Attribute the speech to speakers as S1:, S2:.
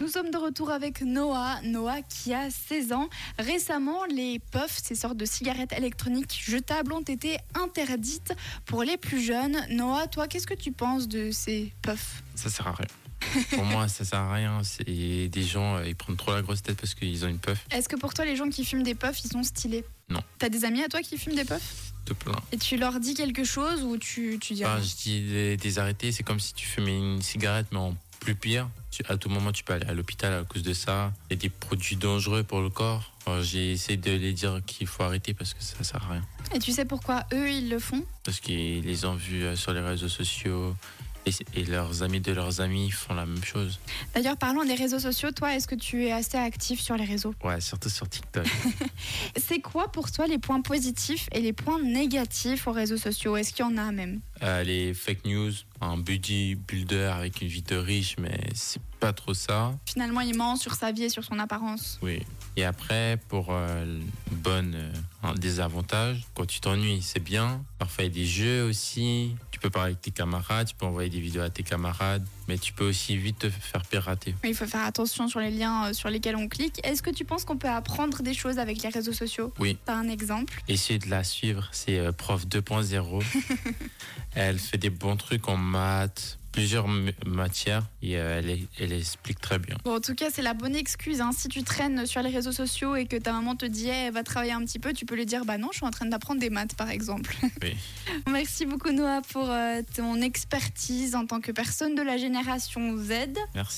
S1: Nous sommes de retour avec Noah, Noah qui a 16 ans. Récemment, les puffs, ces sortes de cigarettes électroniques jetables, ont été interdites pour les plus jeunes. Noah, toi, qu'est-ce que tu penses de ces puffs
S2: Ça sert à rien. Pour moi, ça sert à rien. C'est- Et des gens, euh, ils prennent trop la grosse tête parce qu'ils ont une puff.
S1: Est-ce que pour toi, les gens qui fument des puffs, ils sont stylés
S2: Non.
S1: T'as des amis à toi qui fument des puffs
S2: De plein.
S1: Et tu leur dis quelque chose ou tu, tu dis
S2: Enfin,
S1: rien
S2: je dis des, des arrêtés, c'est comme si tu fumais une cigarette, mais en plus pire. Tu- à tout moment, tu peux aller à l'hôpital à cause de ça. Il y a des produits dangereux pour le corps. Alors, J'ai essayé de les dire qu'il faut arrêter parce que ça sert à rien.
S1: Et tu sais pourquoi eux, ils le font
S2: Parce qu'ils les ont vus euh, sur les réseaux sociaux et, et leurs amis de leurs amis font la même chose.
S1: D'ailleurs, parlons des réseaux sociaux. Toi, est-ce que tu es assez actif sur les réseaux
S2: Ouais, surtout sur TikTok.
S1: C'est quoi pour toi les points positifs et les points négatifs aux réseaux sociaux Est-ce qu'il y en a même
S2: Euh, les fake news, un bodybuilder avec une vie de riche, mais c'est pas trop ça.
S1: Finalement, il ment sur sa vie et sur son apparence.
S2: Oui. Et après, pour euh, le bon euh, un désavantage, quand tu t'ennuies, c'est bien. Parfois, il y a des jeux aussi. Tu peux parler avec tes camarades, tu peux envoyer des vidéos à tes camarades, mais tu peux aussi vite te faire pirater.
S1: Mais Il faut faire attention sur les liens euh, sur lesquels on clique. Est-ce que tu penses qu'on peut apprendre des choses avec les réseaux sociaux
S2: Oui.
S1: T'as un exemple
S2: Essayez de la suivre, c'est euh, prof 2.0. elle fait des bons trucs en maths, plusieurs m- matières, et euh, elle, est- elle explique très bien.
S1: Bon, en tout cas, c'est la bonne excuse. hein. Si tu traînes sur les réseaux sociaux et que ta maman te dit Eh, va travailler un petit peu, tu peux lui dire bah non, je suis en train d'apprendre des maths, par exemple.
S2: Oui.
S1: Merci beaucoup Noah pour euh, ton expertise en tant que personne de la génération Z.
S2: Merci.